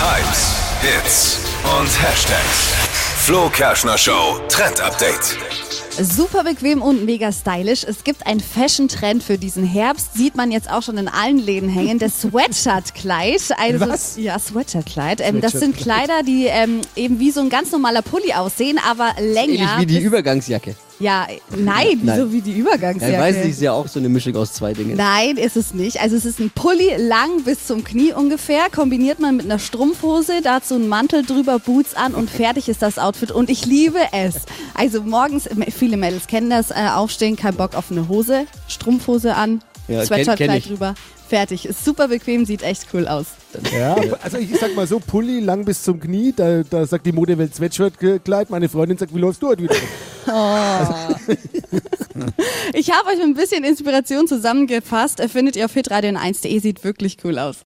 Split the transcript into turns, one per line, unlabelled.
Hypes, Hits und Hashtags. Flo Kerschner Show Trend Update.
Super bequem und mega stylisch. Es gibt einen Fashion-Trend für diesen Herbst. Sieht man jetzt auch schon in allen Läden hängen. Das Sweatshirt-Kleid. Also,
Was?
Ja, Sweatshirt-Kleid. Ähm, das sind Kleider, die ähm, eben wie so ein ganz normaler Pulli aussehen, aber
Ähnlich
länger.
wie die Übergangsjacke.
ja, nein,
Nein.
so wie die
Ja,
Übergangsjacke.
ich weiß nicht, ist ja auch so eine Mischung aus zwei Dingen.
Nein, ist es nicht. Also es ist ein Pulli lang bis zum Knie ungefähr, kombiniert man mit einer Strumpfhose, dazu einen Mantel drüber, Boots an und fertig ist das Outfit. Und ich liebe es. Also morgens, viele Mädels kennen das, äh, aufstehen, kein Bock auf eine Hose, Strumpfhose an,
Ja, kenn-
Sweatshirt
kenn
gleich
ich.
drüber, fertig. Ist super bequem, sieht echt cool aus.
Ja, also ich sag mal so, Pulli lang bis zum Knie, da, da sagt die Modewelt Sweatshirt-Kleid. Meine Freundin sagt, wie läufst du heute wieder?
Äh, Ich habe euch ein bisschen Inspiration zusammengefasst, findet ihr auf hitradio1.de, sieht wirklich cool aus.